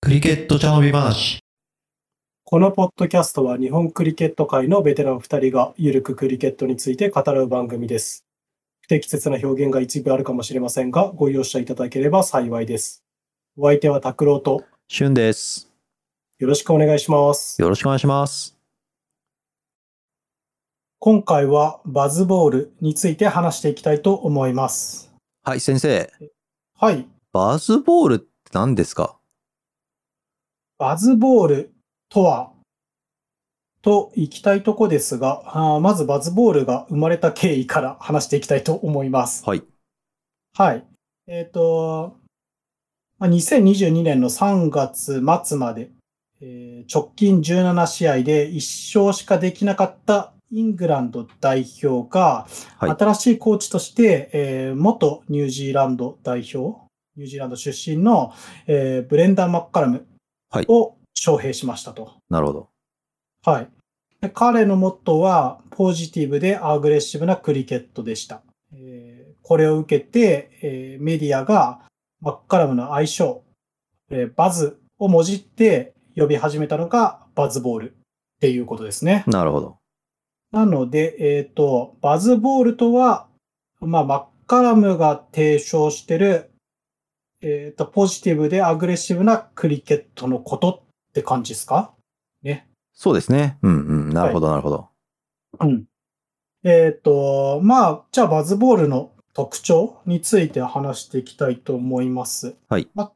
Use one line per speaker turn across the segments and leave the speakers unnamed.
クリケット茶飲み話。
このポッドキャストは日本クリケット界のベテラン2人がゆるくクリケットについて語らう番組です。不適切な表現が一部あるかもしれませんが、ご容赦いただければ幸いです。お相手は拓郎と
しゅんです。
よろしくお願いします。
よろしくお願いします。
今回はバズボールについて話していきたいと思います。
はい、先生。
はい。
バズボールって何ですか
バズボールとはと行きたいとこですが、あーまずバズボールが生まれた経緯から話していきたいと思います。
はい。
はい。えっ、と、まあ2022年の3月末まで、えー直近17試合で1勝しかできなかったイングランド代表が、
はい
新しいコーチとして、えー元ニュージーランド代表、ニュージーランド出身の、えーブレンダン・マッカラム
はい
を招聘しましたと。
なるほど。
はい。で彼のモットーは、ポジティブでアグレッシブなクリケットでした。えーこれを受けて、えーメディアがマッカラムの愛称、えーバズをもじって呼び始めたのがバズボールっていうことですね。
なるほど。
なので、えっ、と、バズボールとは、まあ、マッカラムが提唱してる、えっ、と、ポジティブでアグレッシブなクリケットのことって感じですかね。
そうですね。うんうん。なるほど、なるほど。
うん。えっ、と、まあ、じゃあバズボールの特徴について話していきたいと思います。
はい。
まあ、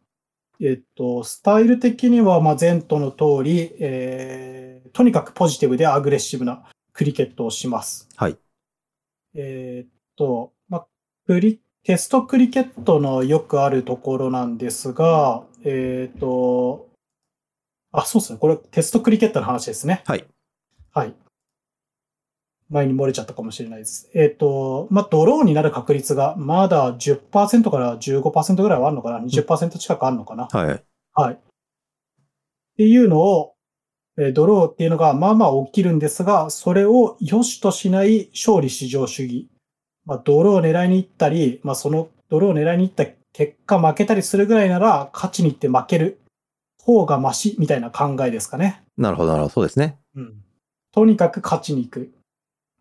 えっ、と、スタイル的には、まあ、前途の通り、えーとにかくポジティブでアグレッシブなクリケットをします。
はい。
えっ、と、まあ、クリ、テストクリケットのよくあるところなんですが、えっ、と、あ、そうですね。これテストクリケットの話ですね。
はい。
はい。前に漏れちゃったかもしれないです。えっ、と、まあ、ドローになる確率がまだ10%から15%ぐらいはあるのかな ?20% 近くあるのかな、
はいはい。
はい。っていうのを、えードローっていうのがまあまあ起きるんですが、それを良しとしない勝利至上主義。まあ、ドローを狙いに行ったり、まあ、そのドローを狙いに行った結果負けたりするぐらいなら、勝ちに行って負ける方がマシみたいな考えですかね。
なるほど、なるほど。そうですね。
うん。とにかく勝ちに行く。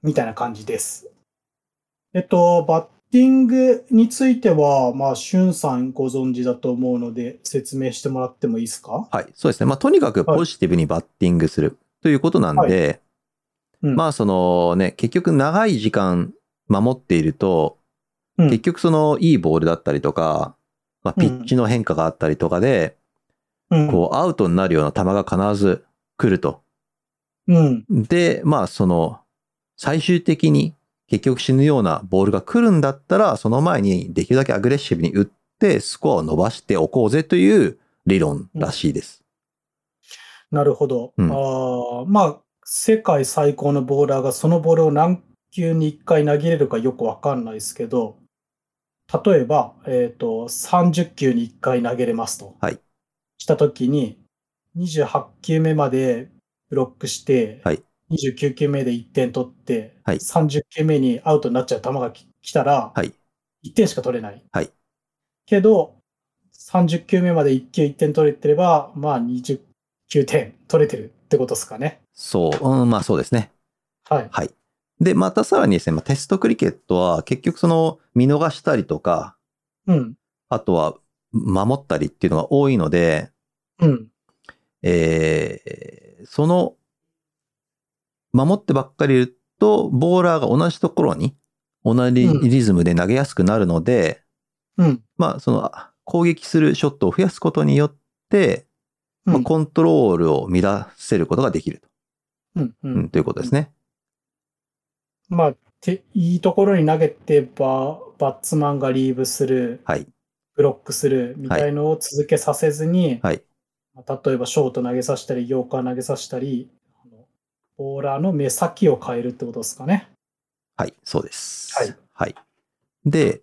みたいな感じです。えっと、バッティングについては、まあ、しゅんさんご存知だと思うので、説明してもらってもいいですか
はい。そうですね。まあ、とにかくポジティブにバッティングするということなんで、
うん
まあ、そのね、結局長い時間守っていると、
うん
結局そのいいボールだったりとか、まあ、ピッチの変化があったりとかで、
うん。
こうアウトになるような球が必ず来ると。
うん。
で、まあその最終的に結局死ぬようなボールが来るんだったら、その前にできるだけアグレッシブに打ってスコアを伸ばしておこうぜという理論らしいです。
なるほど。
うん
あーまあ、世界最高のボーラーがそのボールを何球に1回投げれるかよくわかんないですけど、例えば、えっ、と、30球に1回投げれますと。
はい
したときに、28球目までブロックして、
はい
29球目で1点取って、
はい
30球目にアウトになっちゃう球がき来たら、
はい
1点しか取れない。
はい
けど、30球目まで1球1点取れてれば、まあ20 9点取れてるってことですかね。
そう、うん、まあそうですね。
はい。
はい。で、またさらにですね、まあ、テストクリケットは結局その見逃したりとか、
うん。
あとは守ったりっていうのが多いので、
うん。
えーその、守ってばっかりいると、ボーラーが同じところに、同じ
うん
リズムで投げやすくなるので、
うん。
まあ、その、あ攻撃するショットを増やすことによって、
う
まあ、
ん。
コントロールを乱せることができると,、
うん。う
うん
ん
ということですね。
まあ、て、いいところに投げてば、バッツマンがリーブする、
はい。
ブロックするみたいのを続けさせずに、
はい
まあ例えばショート投げさせたり、ヨーカー投げさせたり、あのボーラーの目先を変えるってことですかね。
はい、そうです。
はい。
で、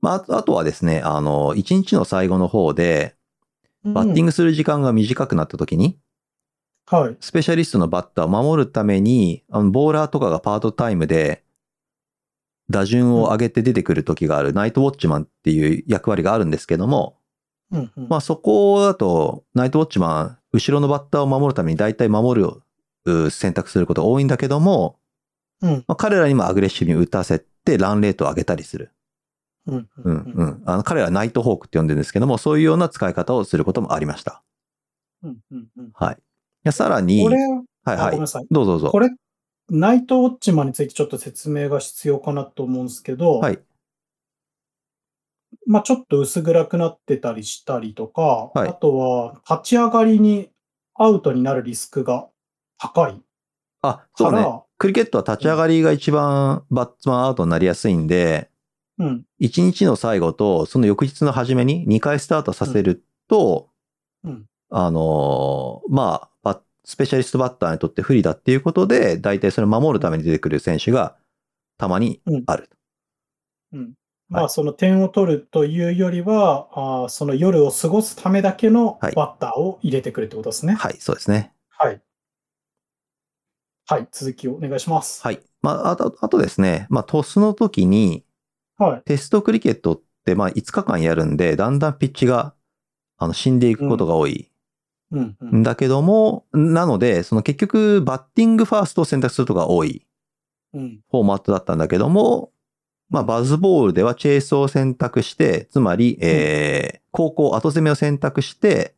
まああと、あとはですね、あの、一日の最後の方で、バッティン
グ。
グする時間が短くなった時に、
はい。
スペシャリストのバッターを守るために、あのボーラーとかがパートタイムで、打順を上げて出てくる時があるナイトウォッチマンっていう役割があるんですけども、
うんうん。
まあそこだとナイトウォッチマン、後ろのバッターを守るために大体守るう選択することが多いんだけども、
うん
まあ、彼らにもアグレッシブに打たせてランレートを上げたりする。
うん
う
うんん
う
うん
ん。あの彼らはナイトホークって呼んでるんですけども、そういうような使い方をすることもありました。
うんうんうん。
はい。いやさらに、
これ、
はい
あご
は。
めんないさい。
どうぞどうぞ
こ。れ、ナイトウォッチマンについてちょっと説明が必要かなと思うんですけど、
はい
まあちょっと薄暗くなってたりしたりとか、
はい
あとは立ち上がりにアウトになるリスクが高い
あ、そ
か
うね。
ら、
クリケットは立ち上がりが一番バッツマンアウトになりやすいんで、
うん、
1日の最後とその翌日の初めに2回スタートさせると、
うん
あのーまあ、バスペシャリストバッターにとって不利だっていうことで、大体それを守るために出てくる選手がたまにある。
うん。まあその点を取るというよりは、あーその夜を過ごすためだけの
はい
バッターを入れてくるってことですね。
はい、そうですね。
はい。はい、続きをお願いします。
はい。まあ、あと、あとですね、まあ、トスの時に
はい。
テストクリケットって、まあ、5日間やるんで、だんだんピッチが、あの、死んでいくことが多い
うん、うんん。
だけども、なので、その結局、バッティングファーストを選択することが多い
うん。
フォーマットだったんだけども、まあ、バズボールではチェイスを選択して、つまり、えー、高校後攻めを選択して、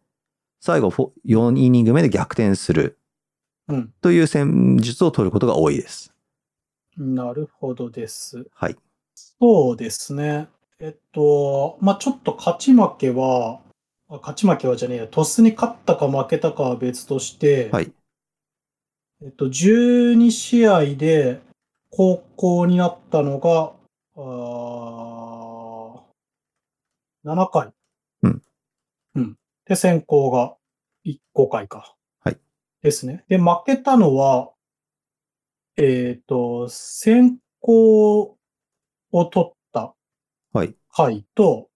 最後フォ4イニング目で逆転する
うん。
という戦術を取ることが多いです。
なるほどです。
はい。
そうですね。えっと、まあ、ちょっと勝ち負けは、あ勝ち負けはじゃねえや、トスに勝ったか負けたかは別として、
はい。
えっと、12試合で高校になったのが、あー7回。
うん。
うん。で、先行が1 5回か。
はい。
ですね。で、負けたのは、えっ、と、先行を取った
はい。
回と、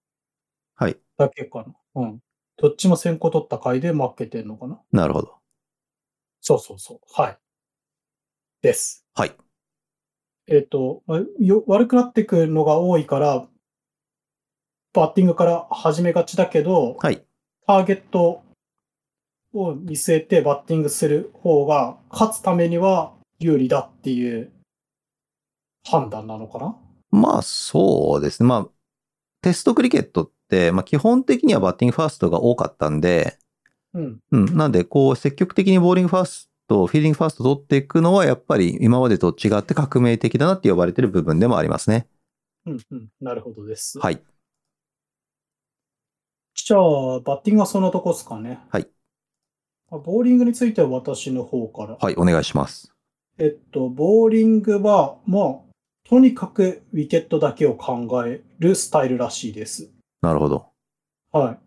はい。
だけかな。うん。どっちも先行取った回で負けてんのかな。
なるほど。
そうそうそう。はい。です。
はい。
えっ、と、まあよ悪くなってくるのが多いから、バッティングから始めがちだけど、
はい。
ターゲットを見据えてバッティングする方が、勝つためには有利だっていう判断なのかな
まあ、そうですね。まあ、テストクリケットって、まあ、基本的にはバッティングファーストが多かったんで、
うん。
うん。なんで、こう、積極的にボーリングファースト、フィーリングファースト取っていくのは、やっぱり今までと違って革命的だなって呼ばれてる部分でもありますね。
うん、うん。なるほどです。
はい。
じゃあ、バッティングはそんなとこですかね。
はい
まあ。ボーリングについては私の方から。
はい、お願いします。
えっと、ボーリングは、もう、とにかくウィケットだけを考えるスタイルらしいです。
なるほど。
はい。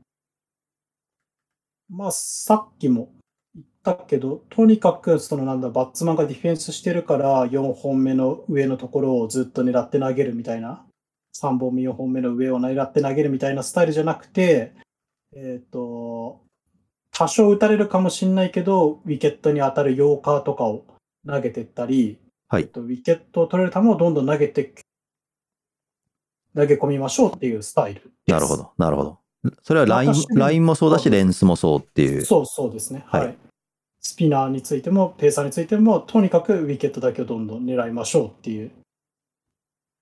まあ、さっきも言ったけど、とにかく、そのなんだ、バッツマンがディフェンスしてるから、4本目の上のところをずっと狙って投げるみたいな、3本目、4本目の上を狙って投げるみたいなスタイルじゃなくて、えっ、と、多少打たれるかもしれないけど、ウィケットに当たるヨーカーとかを投げてったり、
はい
えっとウィケットを取れる球をどんどん投げて、投げ込みましょうっていうスタイルです。
なるほど、なるほど。それはライン
私も
ラインもそうだし、レンスもそうっていう。
そうそうですね。
は
はいい。スピナーについても、ペーサーについても、とにかくウィケットだけをどんどん狙いましょうっていう、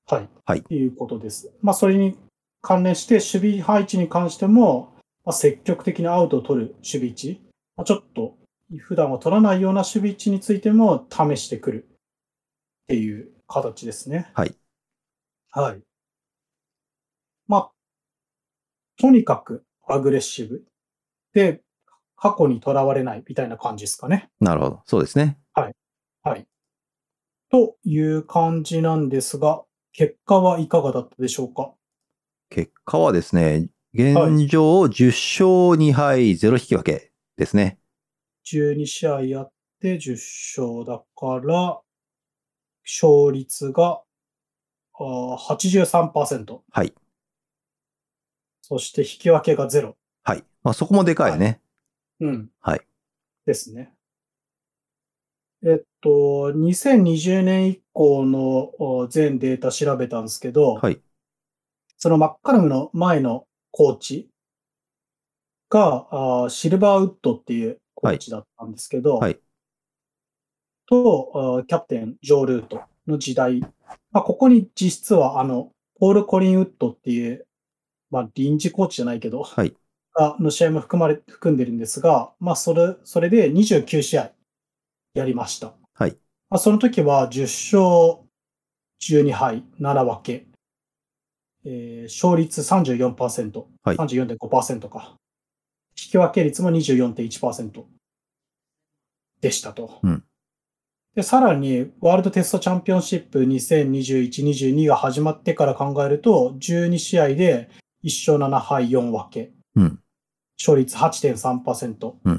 はい。
はい
いうことです。まあ、それに関連して、守備配置に関しても、まあ、積極的にアウトを取る守備位置、まあ、ちょっと、普段は取らないような守備位置についても試してくるっていう形ですね。
はい。
はい。まあ、とにかくアグレッシブで、過去にとらわれないみたいな感じですかね。
なるほど。そうですね。
はい。という感じなんですが、結果はいかがだったでしょうか
結果はですね、現状10勝2敗0引き分けですね。
?12 試合やって10勝だから、勝率があー83%。
はい。
そして引き分けが0。
はい。まあ、そこもでかいね。
うん。
はい。
ですね。えっと、2020年以降のお全データ調べたんですけど、
はい。
そのマッカラムの前のコーチが、あーシルバーウッドっていうコーチだったんですけど、
はいはい
と、あーキャプテン、ジョー・ルートの時代、まあ、ここに実質は、あの、ポール・コリン・ウッドっていう、まあ、臨時コーチじゃないけど、
はい
がの試合も含まれ、含んでるんですが、まあ、それ、それで29試合やりました。
はい。
まあ、その時は10勝12敗7分けえー勝率34%、
はい
34.5%か。引き分け率も24.1%でしたと。
うん
で、さらに、ワールドテストチャンピオンシップ2021-22が始まってから考えると、12試合で1勝7敗4分け。
うん
勝率8.3%。
うん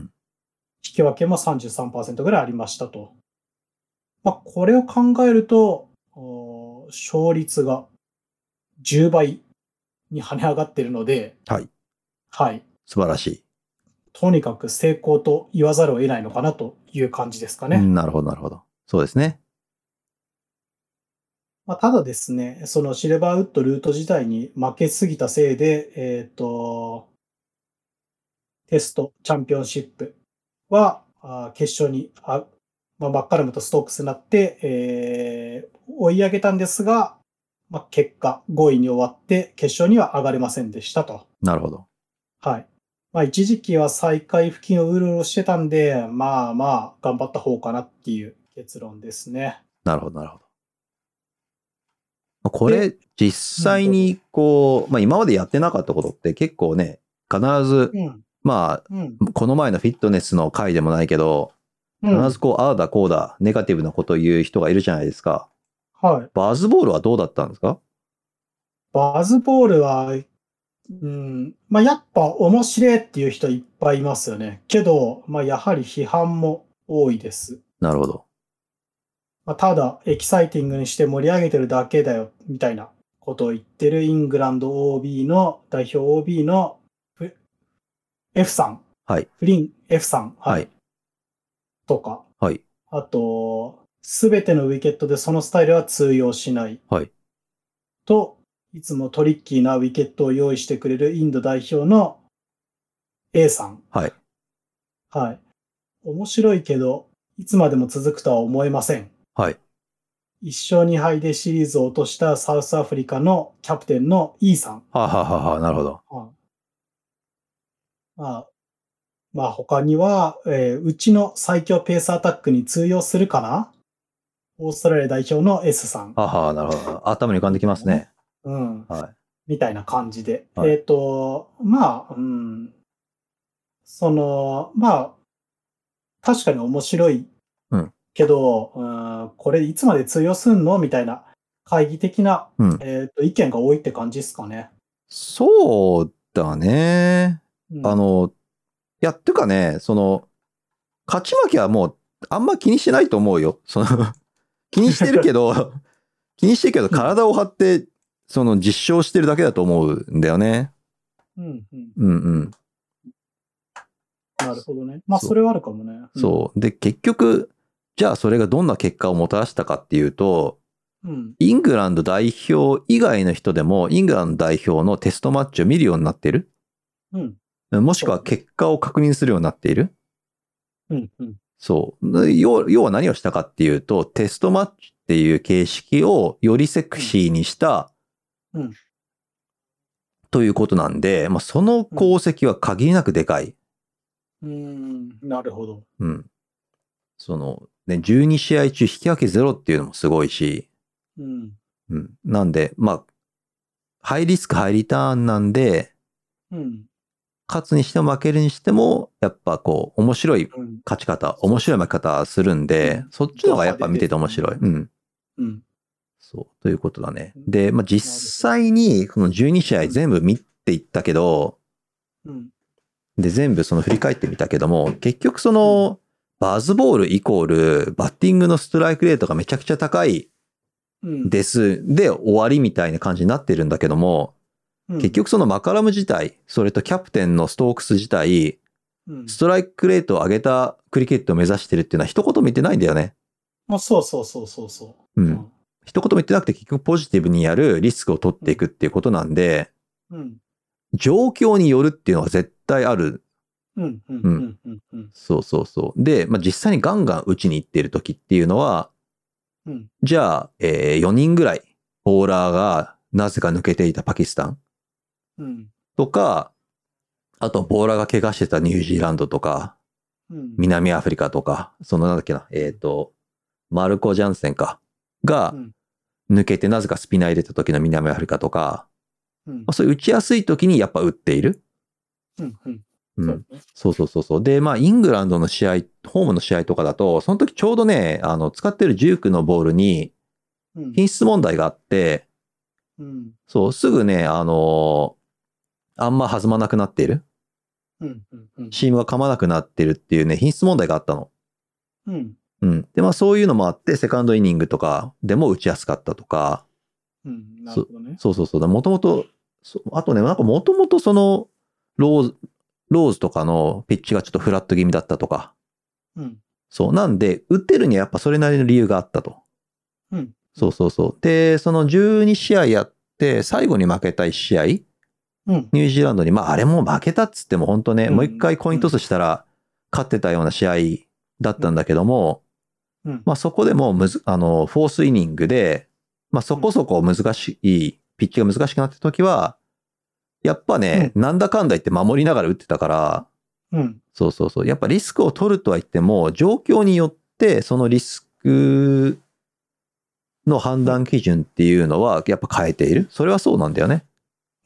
引き分けも33%ぐらいありましたと。まあ、これを考えると、おー勝率が10倍に跳ね上がってるので、
はい。
はい。
素晴らしい。
とにかく成功と言わざるを得ないのかなという感じですかね。
うんなるほど、なるほど。そうですね。
まあ、ただですね、そのシルバーウッドルート自体に負けすぎたせいで、えっ、と、テスト、チャンピオンシップは、あー決勝に、あまあ、マッカルムとストークスになって、えー追い上げたんですが、まあ、結果5位に終わって決勝には上がれませんでしたと。
なるほど。
はい。まあ、一時期は最下位付近をうろうろしてたんで、まあまあ、頑張った方かなっていう結論ですね。
なるほど、なるほど。これ、実際に、こう、まあ今までやってなかったことって結構ね、必ず、
うん。
ま
うん。
あ、この前のフィットネスの回でもないけど、
うん、
必
はい。
ずこう、ああだこうだ、ネガティブなことを言う人がいるじゃないですか。バズボールはどうだったんですか
バズボールは、うん、まあ、やっぱ面白いっていう人いっぱいいますよね。けど、まあ、やはり批判も多いです。
なるほど。
まあ、ただ、エキサイティングにして盛り上げてるだけだよ、みたいなことを言ってるイングランド OB の、代表 OB のフ F さん。
はい。
フリン F さん。
はい。
とか。
はい。
あと、すべてのウィケットでそのスタイルは通用しない。
はい
と、いつもトリッキーなウィケットを用意してくれるインド代表の A さん。
はい。
はい。面白いけど、いつまでも続くとは思えません。
はい。
1勝2敗でシリーズを落としたサウスアフリカのキャプテンの E さん。
はあ、はあはあはあ、なるほど。
はいまあ、まあ他には、えーうちの最強ペースアタックに通用するかなオーストラリア代表の S さん。
はあはあ、なるほど。頭に浮かんできますね。
うん。
は
みたいな感じで。
はい
えっ、と、まあ、うん。その、まあ、確かに面白い
うん
けど、うんこれいつまで通用すんのみたいな、会議的な、
うん
えっ、と、意見が多いって感じですかね。
そうだね。
うん
あの、いや、っていうかね、その、勝ち負けはもう、あんま気にしてないと思うよ。その 気にしてるけど、 気にしてるけど、体を張って、その、実証してるだけだと思うんだよね。
うんうん、
うんうん。
なるほどね。まあ、
そう
それはあるかもね。
そう。で、結局、じゃあそれがどんな結果をもたらしたかっていうと、
うん。うん。
イングランド代表以外の人でも、イングランド代表のテストマッチを見るようになってる。
うん。
もしくは結果を確認するようになっている。
うん。うん。
そう。要要は何をしたかっていうと、テストマッチっていう形式をよりセクシーにした、
うん
ということなんで、まあ、その功績は限りなくでかい。
うん。なるほど。
うん。その、ね、12試合中引き分けゼロっていうのもすごいし、
うん。
うん。なんで、まあ、ハイリスク、ハイリターンなんで、
うん。
勝つにしても負けるにしても、やっぱこう、面白い
うん。
勝ち方、面白い負け方するんで、
うん
そっちの方がやっぱ見てて面白い。うん。
うん。
そう、ということだね。
うん
で、まあ、実際に、この12試合全部見ていったけど、
うん。
で、全部その振り返ってみたけども、結局その、バズボールイコール、バッティングのストライクレートがめちゃくちゃ高い
うん。
です。で、終わりみたいな感じになってるんだけども、
うん、
結局そのマカラム自体、それとキャプテンのストークス自体、
うん。
ストライクレートを上げたクリケットを目指してるっていうのは一言も言ってないんだよね。
まあ、そうそうそうそうそう。
うん。一言も言ってなくて結局ポジティブにやるリスクを取っていくっていうことなんで、
うん。
状況によるっていうのは絶対ある。
うん。うん。うん。うん。うん。
そうそうそう。で、まあ、実際にガンガン打ちに行っている時っていうのは、
うん。
じゃあ、え4人ぐらい、ボーラーがなぜか抜けていたパキスタン
うん。
とか、あとボーラーが怪我してたニュージーランドとか、
うん。
南アフリカとか、そのなんだっけな、えっ、と、マルコ・ジャンセンか、が
うん
抜けてなぜかスピナー入れた時の南アフリカとか、
うん
まあ、。そういう打ちやすい時にやっぱ打っている。
うん。うん。
うん
そう。ね
そうそうそうそう。で、まあ、イングランドの試合、ホームの試合とかだと、その時ちょうどね、あの、使ってる19のボールに
うん。
品質問題があって、
うん。
そう、すぐね、あのーあんま弾まなくなっている。
うん。うん。うん。
チームが噛まなくなってるっていうね、品質問題があったの。
うん。
うん。で、まあそういうのもあって、セカンドイニングとかでも打ちやすかったとか、
うん。なるほどね。
そうそうそう。もともと、そうあとね、なんかもともとその、ローズ、ローズとかのピッチがちょっとフラット気味だったとか、
うん。
そう。なんで、打ってるにはやっぱそれなりの理由があったと。
うん。
そうそうそう。で、その12試合やって、最後に負けた1試合、
うん。
ニュージーランドに、まああれも負けたっつっても本当ね、
うん
もう一回コイントスしたら勝ってたような試合だったんだけども、
うん。
まあそこでもうむず、あの、フォースイニングで、まあそこそこ難しい、ピッチが難しくなった時は、やっぱね、なんだかんだ言って守りながら打ってたから、
うん。
そうそうそう。やっぱリスクを取るとは言っても、状況によってそのリスクの判断基準っていうのはやっぱ変えている。それはそうなんだよね。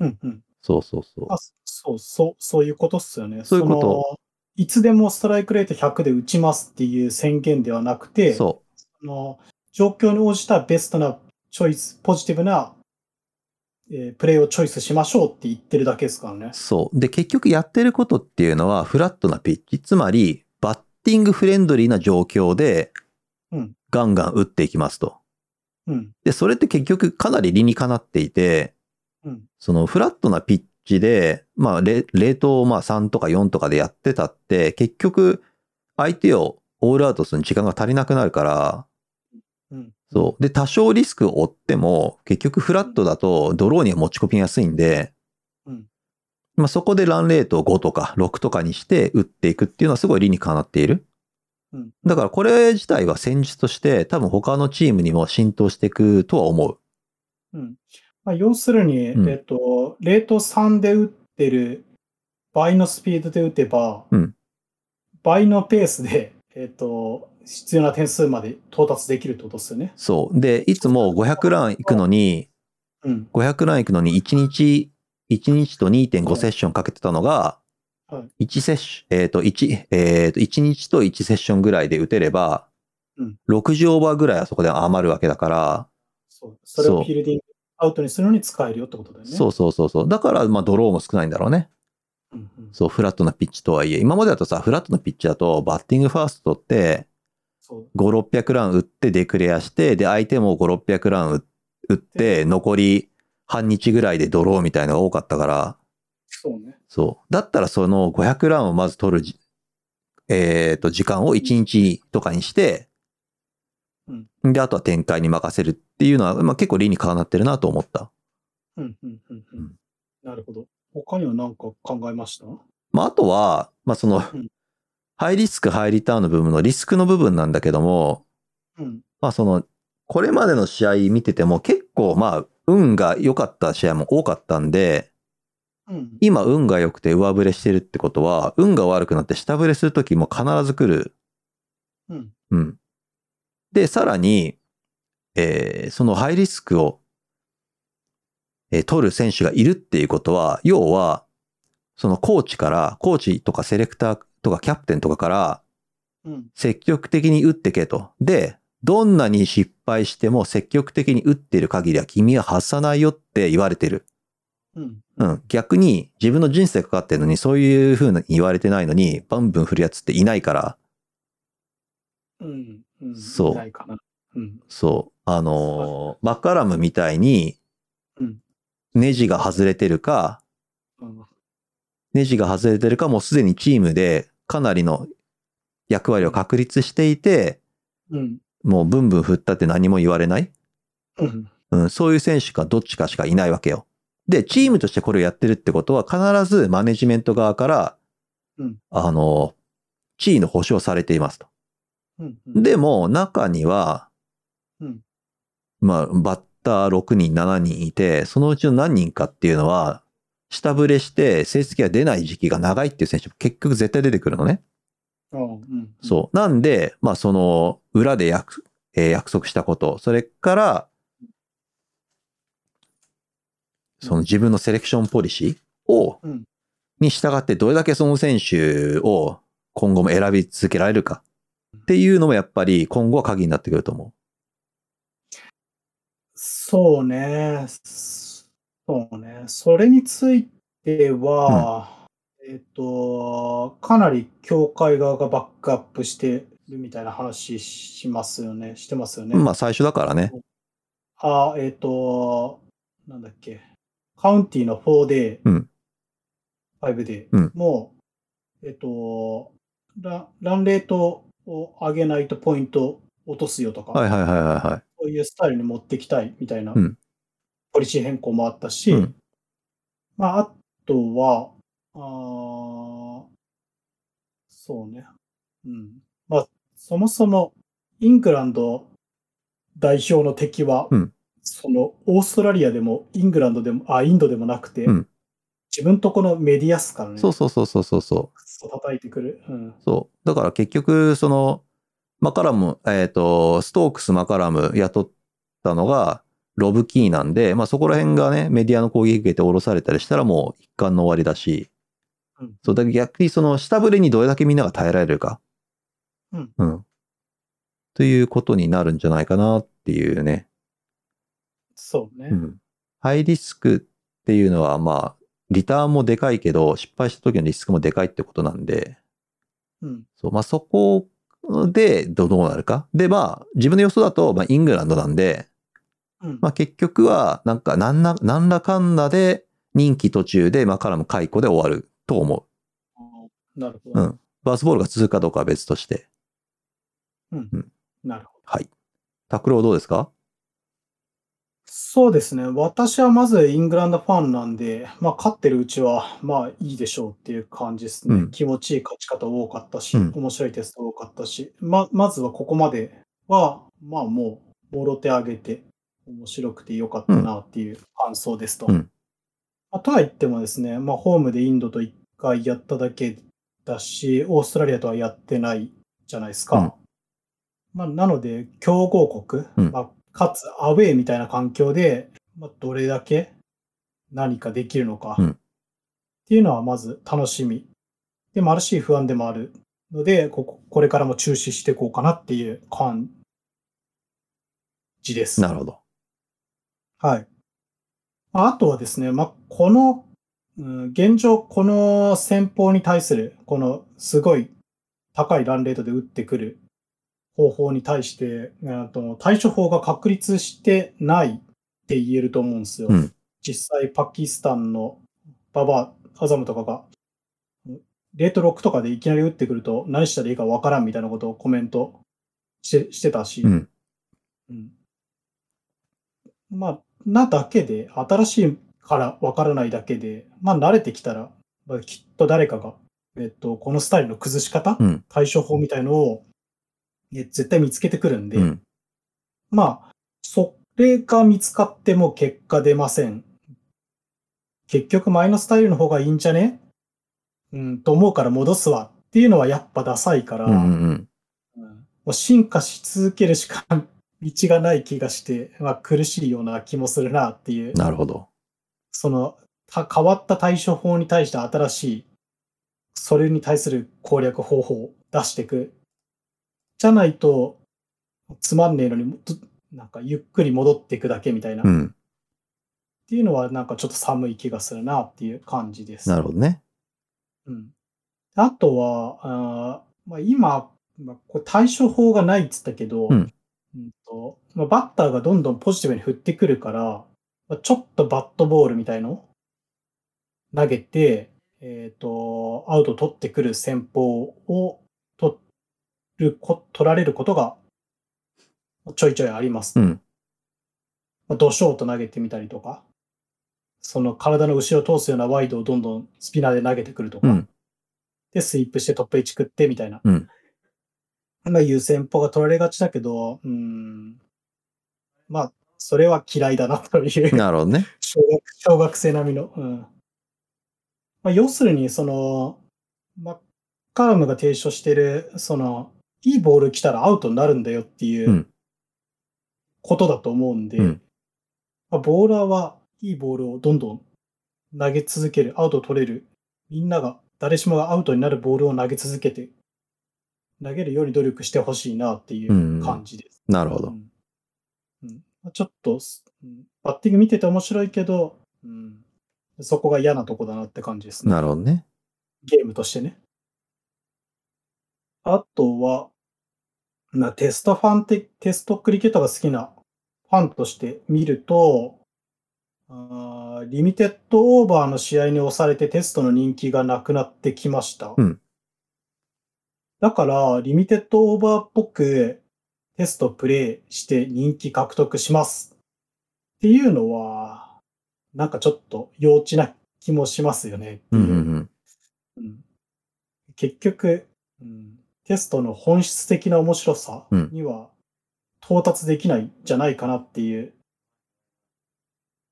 うん。うん。
そうそうそう
あ。そうそう、そういうことっすよね。
そういうこと
のいつでもストライクレート100で打ちますっていう宣言ではなくて、
そう。
あの状況に応じたベストなチョイス、ポジティブな、えープレーをチョイスしましょうって言ってるだけですからね。
そう。で、結局やってることっていうのは、フラットなピッチ。つまり、バッティングフレンドリーな状況で
うん、
ガンガン打っていきますと。
うん、
で、それって結局かなり理にかなっていて、
うん、
そのフラットなピッチで、まあ、レレートをまあ3とか4とかでやってたって、結局、相手をオールアウトする時間が足りなくなるから、
うん。
そう。で、多少リスクを負っても、結局フラットだとドローには持ち込みやすいんで、
うん
まあそこでランレートを5とか6とかにして打っていくっていうのはすごい理にかなっている。
うん
だからこれ自体は戦術として多分他のチームにも浸透していくとは思う。
うん。まあ、要するに、
うん
えっと、レート3で打ってる倍のスピードで打てば、
うん
倍のペースで、えっと、必要な点数まで到達できるってことですよね。
そう。で、いつも500ラン行くのに、
うん。
500ラン行くのに1日、1日と2.5セッションかけてたのが、
は
1セッション、えっ、と、1、えっ、と、1日と1セッションぐらいで打てれば、
うん
60オーバーぐらいはそこで余るわけだから、
そう。それ
そう
をフィールディングアウトにするのに使えるよってことだよね。
そうそうそうそう。だから、まあ、ドローも少ないんだろうね。
うんうん。
そう、フラットなピッチとはいえ、今までだとさ、フラットなピッチだと、バッティングファーストって、
そう。
5、600ラン打ってデクレアして、で、相手も5、600ラン打打って、残り半日ぐらいでドローみたいなのが多かったから、
そうね。
そう。だったらその500ランをまず取るじ、えっ、と、時間を1日とかにして、で、あとは展開に任せるっていうのは、まあ、結構理にかなってるなと思った。
うんうんうんう
うんん。
なるほど。他には何か考えました
まあ、あとは、まあ、その
ん、
ハイリスク、ハイリターンの部分のリスクの部分なんだけども、
うん。
まあ、その、これまでの試合見てても結構、まあ、運が良かった試合も多かったんで、
うん。
今運が良くて上振れしてるってことは、運が悪くなって下振れするときも必ず来る
うん。
うん。で、さらに、えーそのハイリスクを、えー取る選手がいるっていうことは、要は、そのコーチから、コーチとかセレクターとかキャプテンとかから、
うん。
積極的に打ってけと。で、どんなに失敗しても積極的に打ってる限りは君は外さないよって言われてる。
うん。
うん。逆に自分の人生かかってるのにそういう風に言われてないのに、バンブン振るやつっていないから、
うん。うん。
そう
ないかな。うん。
そう。あのー、マカラムみたいに
うん、
ネジが外れてるか、
うん
ネジが外れてるかもうすでにチームでかなりの役割を確立していて、
うん。
もうブンブン振ったって何も言われない、
うん。
うん、そういう選手かどっちかしかいないわけよ。で、チームとしてこれをやってるってことは必ずマネジメント側から、
うん
あの、地位の保証されていますと。
うん。うん、
でも中には、
うん
まあ、バッター6人、7人いて、そのうちの何人かっていうのは、下振れして成績が出ない時期が長いっていう選手も結局絶対出てくるのね。
ああうん。
そう。なんで、まあその裏で約,、えー約束したこと、それから、その自分のセレクションポリシーを、
うん
に従ってどれだけその選手を今後も選び続けられるかっていうのもやっぱり今後は鍵になってくると思
そうね。そうね。それについては、えっと、かなり協会側がバックアップしてるみたいな話しますよね。してますよ
う。
ね。
まあ最初だからね。
あ、えっ、と、なんだっけ、カウンティの 4day、
うん、
5day
うん
も、えっ、と、ラランレートを上げないとポイント落とすよとか、
はいはいはいはいは
そういうスタイルに持ってきたいみたいな
うん
ポリシー変更もあったし、
うん
まあ、あとは、あーそうね。うん。まあ、そもそも、イングランド代表の敵は、
うん
その、オーストラリアでも、イングランドでも、あ、インドでもなくて、
うん
自分とこのメディアスからね、
い。そうそうそうそうそうそう。
くっそ叩いてくる。うん。
そう。だから結局、その、マカラム、えっ、と、ストークス・マカラム雇ったのが、ロブキーなんで、まあそこら辺がね、メディアの攻撃受けて降ろされたりしたらもう一貫の終わりだし、
うん
そう、だから逆にその下振れにどれだけみんなが耐えられるか。
うん。
うん。ということになるんじゃないかなっていうね。
そうね。
うん。ハイリスクっていうのは、まあ、リターンもでかいけど、失敗した時のリスクもでかいってことなんで、
うん。
そう、まあそこでどどうなるか。で、まあ自分の予想だと、まあイングランドなんで、
うん。
まあ結局はなんか何ら何らかんだで任期途中で、まあカラム解雇で終わると思
なるほ
う。う
ど。
ん。バースボールが続くかどうかは別として。
なるほど。
はい。タクローどうですか
そうですね。私はまずイングランドファンなんで、まあ、勝ってるうちは、まあ、いいでしょうっていう感じですね。
うん
気持ちいい勝ち方多かったし、
うん
面白いテスト多かったし、ま、まずはここまでは、まあ、もう、もろ手上げて、面白くてよかったなっていう感想ですと。
うん
まあ、とは言ってもですね、まあ、ホームでインドと一回やっただけだし、オーストラリアとはやってないじゃないですか。
うん
まあ、なので、強豪国、
うん
まあ、かつアウェーみたいな環境で、まあ、どれだけ何かできるのか、
うん
っていうのはまず楽しみでもあるし不安でもあるのでここ、これからも注視していこうかなっていう感じです。
なるほど。
はい。まああとはですね、まあ、この、うん現状、この戦法に対する、このすごい高いランレートで打ってくる方法に対して、うんと対処法が確立してないって言えると思うんですよ。
うん
実際、パキスタンのババア、アザムとかが、うんレート6とかでいきなり打ってくると何したらいいかわからんみたいなことをコメントしてしてたし、
うん。
うんまあ、なだけで、新しいからわからないだけで、まあ、慣れてきたら、まあきっと誰かが、えっと、このスタイルの崩し方、
うん。
対処法みたいのを、ね絶対見つけてくるんで、
うん。
まあ、それが見つかっても結果出ません。結局前のスタイルの方がいいんじゃねうん、と思うから戻すわっていうのはやっぱダサいから、
うんうんうん。
もう進化し続けるしか道がない気がして、まあ、苦しいような気もするなっていう、
なるほど。
そのた変わった対処法に対して新しい、それに対する攻略方法を出していく。じゃないと、つまんねえのにもっと、なんかゆっくり戻っていくだけみたいな、
う
っ
ん。
ていうのはなんかちょっと寒い気がするなっていう感じです。
なるほどね。
うん。あとは、あーまあ、今、まあ、これ対処法がないっつったけ
う
ど、
ん
うんとまあ、バッターがどんどんポジティブに振ってくるから、まあ、ちょっとバットボールみたいの投げて、えっ、と、アウト取ってくる戦法を取るこ、取られることがちょいちょいあります。
うん。
まあ、ドショート投げてみたりとか、その体の後ろを通すようなワイドをどんどんスピナーで投げてくるとか、
うん
で、スイープしてトップ位置食ってみたいな、
うん
まあいう戦法が取られがちだけど、うん、まあ、それは嫌いだなという。
なるほどね。
小学小学生並みの。うんまあ、要するに、その、マッカラムが提唱してる、その、いいボール来たらアウトになるんだよっていううんことだと思うんで、
うん
まあ、ボーラーはいいボールをどんどん投げ続ける、アウト取れる、みんなが、誰しもがアウトになるボールを投げ続けて、投げるより努力してほしいなっていう感じです。
なるほど
う。んうんまあちょっとす、うんバッティング見てて面白いけど、うん、そこが嫌なとこだなって感じですね。
なるほどね。
ゲームとしてね。あとは、なテストファンって、テストクリケットが好きなファンとして見ると、あーリミテッドオーバーの試合に押されてテストの人気がなくなってきました。
うん
だから、リミテッドオーバーっぽくテストプレイして人気獲得します。っていうのは、なんかちょっと幼稚な気もしますよねって
う
い
ん
う。
うん
うん結局、うんテストの本質的な面白さ
うん
には到達できないんじゃないかなっていう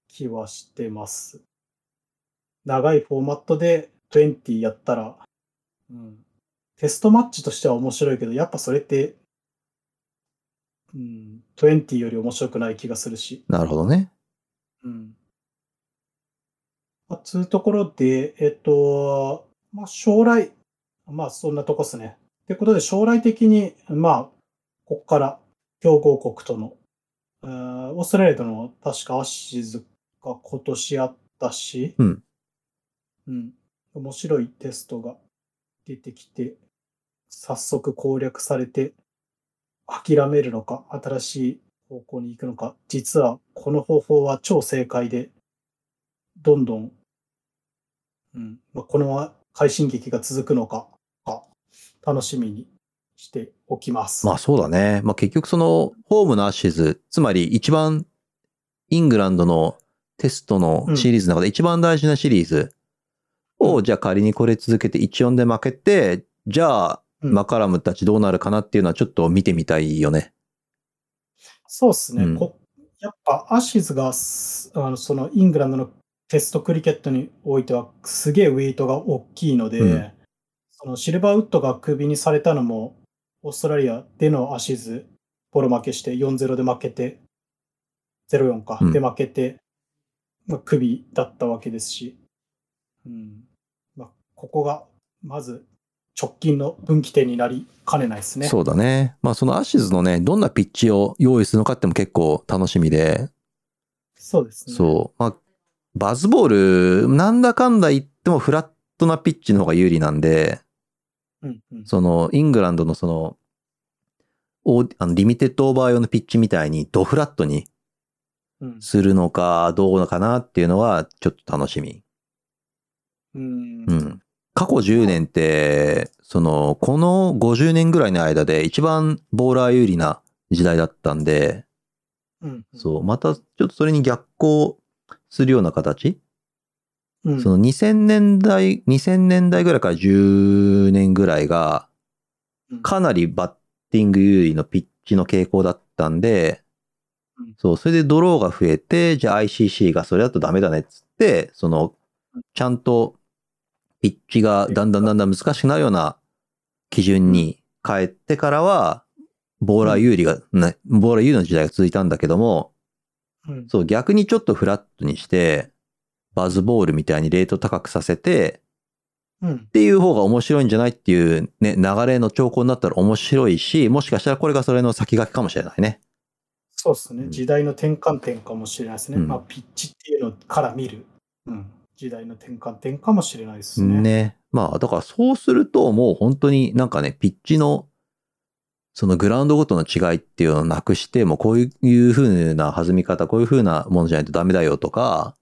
気はしてます。長いフォーマットで20やったら、うんテストマッチとしては面白いけど、やっぱそれって、うん、20より面白くない気がするし。
なるほどね。
うん。まあ、つうところで、えっと、まあ、将来、まあ、そんなとこっすね。ってことで、将来的に、まあ、ここから、強豪国との、うーんオーストラリアとの、確かアッシーズが今年あったし、
うん。
うん。面白いテストが出てきて、早速攻略されて、諦めるのか、新しい方向に行くのか、実はこの方法は超正解で、どんどん、うん、まあ、このまま快進撃が続くのか、か楽しみにしておきます。
まあそうだね。まあ結局そのホームのアッシーズ、つまり一番イングランドのテストのシリーズの中で一番大事なシリーズを、
う
じゃあ仮にこれ続けて1-4で負けて、じゃあ
うん
マカラムたちどうなるかなっていうのはちょっと見てみたいよね。
そうですね、
うん
こやっぱアシーズがすあのそのイングランドのテストクリケットにおいてはすげえウェイトが大きいので、
うん
そのシルバーウッドがクビにされたのもオーストラリアでのアシーズボロ負けして4-0で負けて0-4か、
うん
で負けて、まあ、クビだったわけですし、うんまあ、ここがまず直近の分岐点になりかねないですね。
そうだね。まあそのアッシーズのね、どんなピッチを用意するのかっても結構楽しみで、
そうですね。
そう。まあ、バズボール、なんだかんだ言ってもフラットなピッチの方が有利なんで、
うんうん
その、イングランドのその、オーあのリミテッドオーバー用のピッチみたいにドフラットに
うん
するのかどうかなっていうのはちょっと楽しみ。
うん
うん。過去10年って、その、この50年ぐらいの間で一番ボーラー有利な時代だったんで、
うん
そう、またちょっとそれに逆行するような形
うん。
その2000年代、2000年代ぐらいから10年ぐらいが、
うん
かなりバッティング有利のピッチの傾向だったんで
うん、
そう、それでドローが増えて、じゃあ ICC がそれだとダメだねっつって、その
うん、
ちゃんとピッチがだんだんだんだん難しくなるような基準に変えてからは、ボーラー有利が、ね、ボーラー有利の時代が続いたんだけども、
うん
そう、逆にちょっとフラットにして、バズボールみたいにレート高くさせて、
うん
っていう方が面白いんじゃないっていうね、流れの兆候になったら面白いし、もしかしたらこれがそれの先駆けかもしれないね。
そうです
う
ね。
ん
時代の転換点かもしれないですね。
うん
まあ、ピッチっていうのから見る、うん、時代の転換点かもしれないですね。
ね。まあ、だからそうするともう本当になんかね、ピッチの、そのグラウンドごとの違いっていうのをなくして、もうこういう風な弾み方、こういう風なものじゃないとダメだよとか、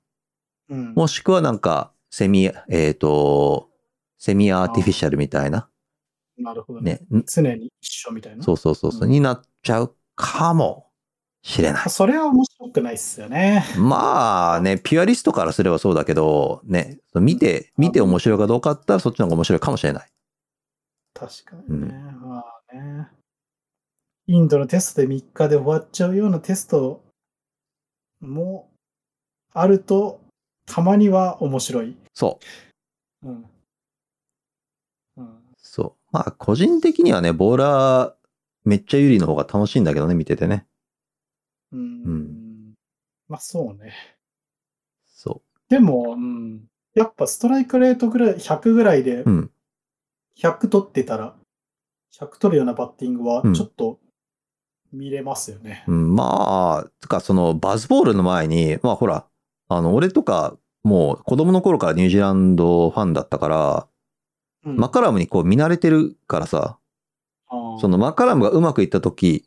うん、
もしくはなんかセミ、えっ、と、セミアーティフィシャルみたいな、
なるほどね。
ね、ん
常に一緒みたいな。
そうそうそうそう、
うん
になっちゃうかもしれ ない。
それは面白くないっすよね。
まあね、ピュアリストからすればそうだけど、ね、見て、見て面白いかどうかだったらそっちの方が面白いかもしれない。
確かにね。まあね。インドのテストで3日で終わっちゃうようなテストもあると、たまには面白い。
そう。
うん。うん、
そう。まあ個人的にはね、ボーラーめっちゃ有利の方が楽しいんだけどね、見ててね。
う。
うん
まあそうね。
そ
でも、うん。やっぱストライクレートぐらい、100ぐらいで
う。うん。
100取ってたら、100取るようなバッティングは
うん
ちょっと見れますよね。
うんまあ、つかそのバズボールの前に、まあほら、あの、俺とか、もう子供の頃からニュージーランドファンだったから、
うん
マカラムにこう見慣れてるからさ、
ああ
そのマカラムがうまくいった時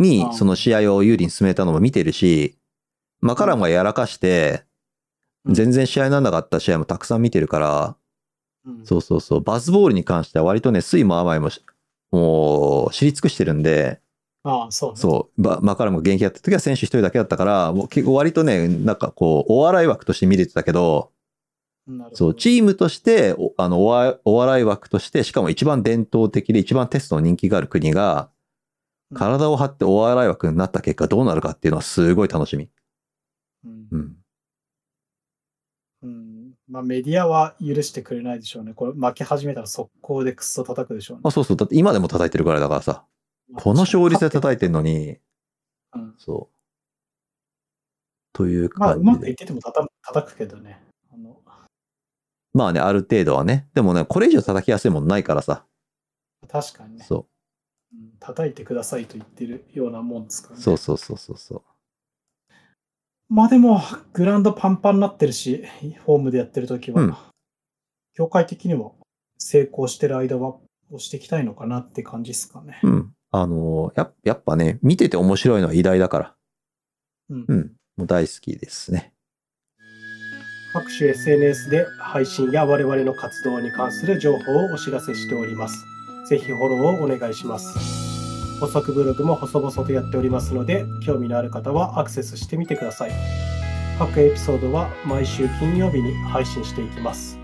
に
う、ん
その試合を有利に進めたのも見てるし、マカラムがやらかして、
うん
全然試合にならなかった試合もたくさん見てるから、
うん
そうそうそう、バズボールに関しては割とね、酸いも甘いもし、もう知り尽くしてるんで、
ああ、そうね。
そう、ばマカラムが元気やった時は選手一人だけだったから、もう結構割とね、なんかこう、お笑い枠として見れてたけど、
なるほど
そう、チームとして、おあのおわお笑い枠として、しかも一番伝統的で一番テストの人気がある国が、
うん
体を張ってお笑い枠になった結果どうなるかっていうのはすごい楽しみ。
うん
うん。
うんまあ、メディアは許してくれないでしょうね。これ負け始めたら速攻でクソ叩くでしょうね。
あ、そうそう。だって今でも叩いてるぐらいだからさ。この勝率で叩いてんのに、
うん
そう。という
まあ、う
感
ま
じ
くい
で。
ってても叩く叩くけどね。あの
まあね、ある程度はね。でもね、これ以上叩きやすいもんないからさ。
確かにね、
そ
うん叩いてくださいと言ってるようなもんですから
う。
ね。
そうそうそうそうそう。
まあでも、グラウンドパンパンになってるし、ホームでやってる時は、
うん
業界的には成功してる間は、押していきたいのかなって感じですかね。
うん。あのーやっ、やっぱね、見てて面白いのは偉大だから。
うん
うん。もう大好きですね。
各種 SNS で配信や我々の活動に関する情報をお知らせしております。ぜひフォローをお願いします。補足ブログも細々とやっておりますので、興味のある方はアクセスしてみてください。各エピソードは毎週金曜日に配信していきます。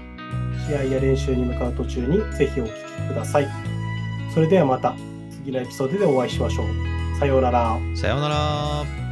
試合や練習に向かう途中にぜひお聞きください。それではまた次のエピソードでお会いしましょう。さようなら。
さようなら。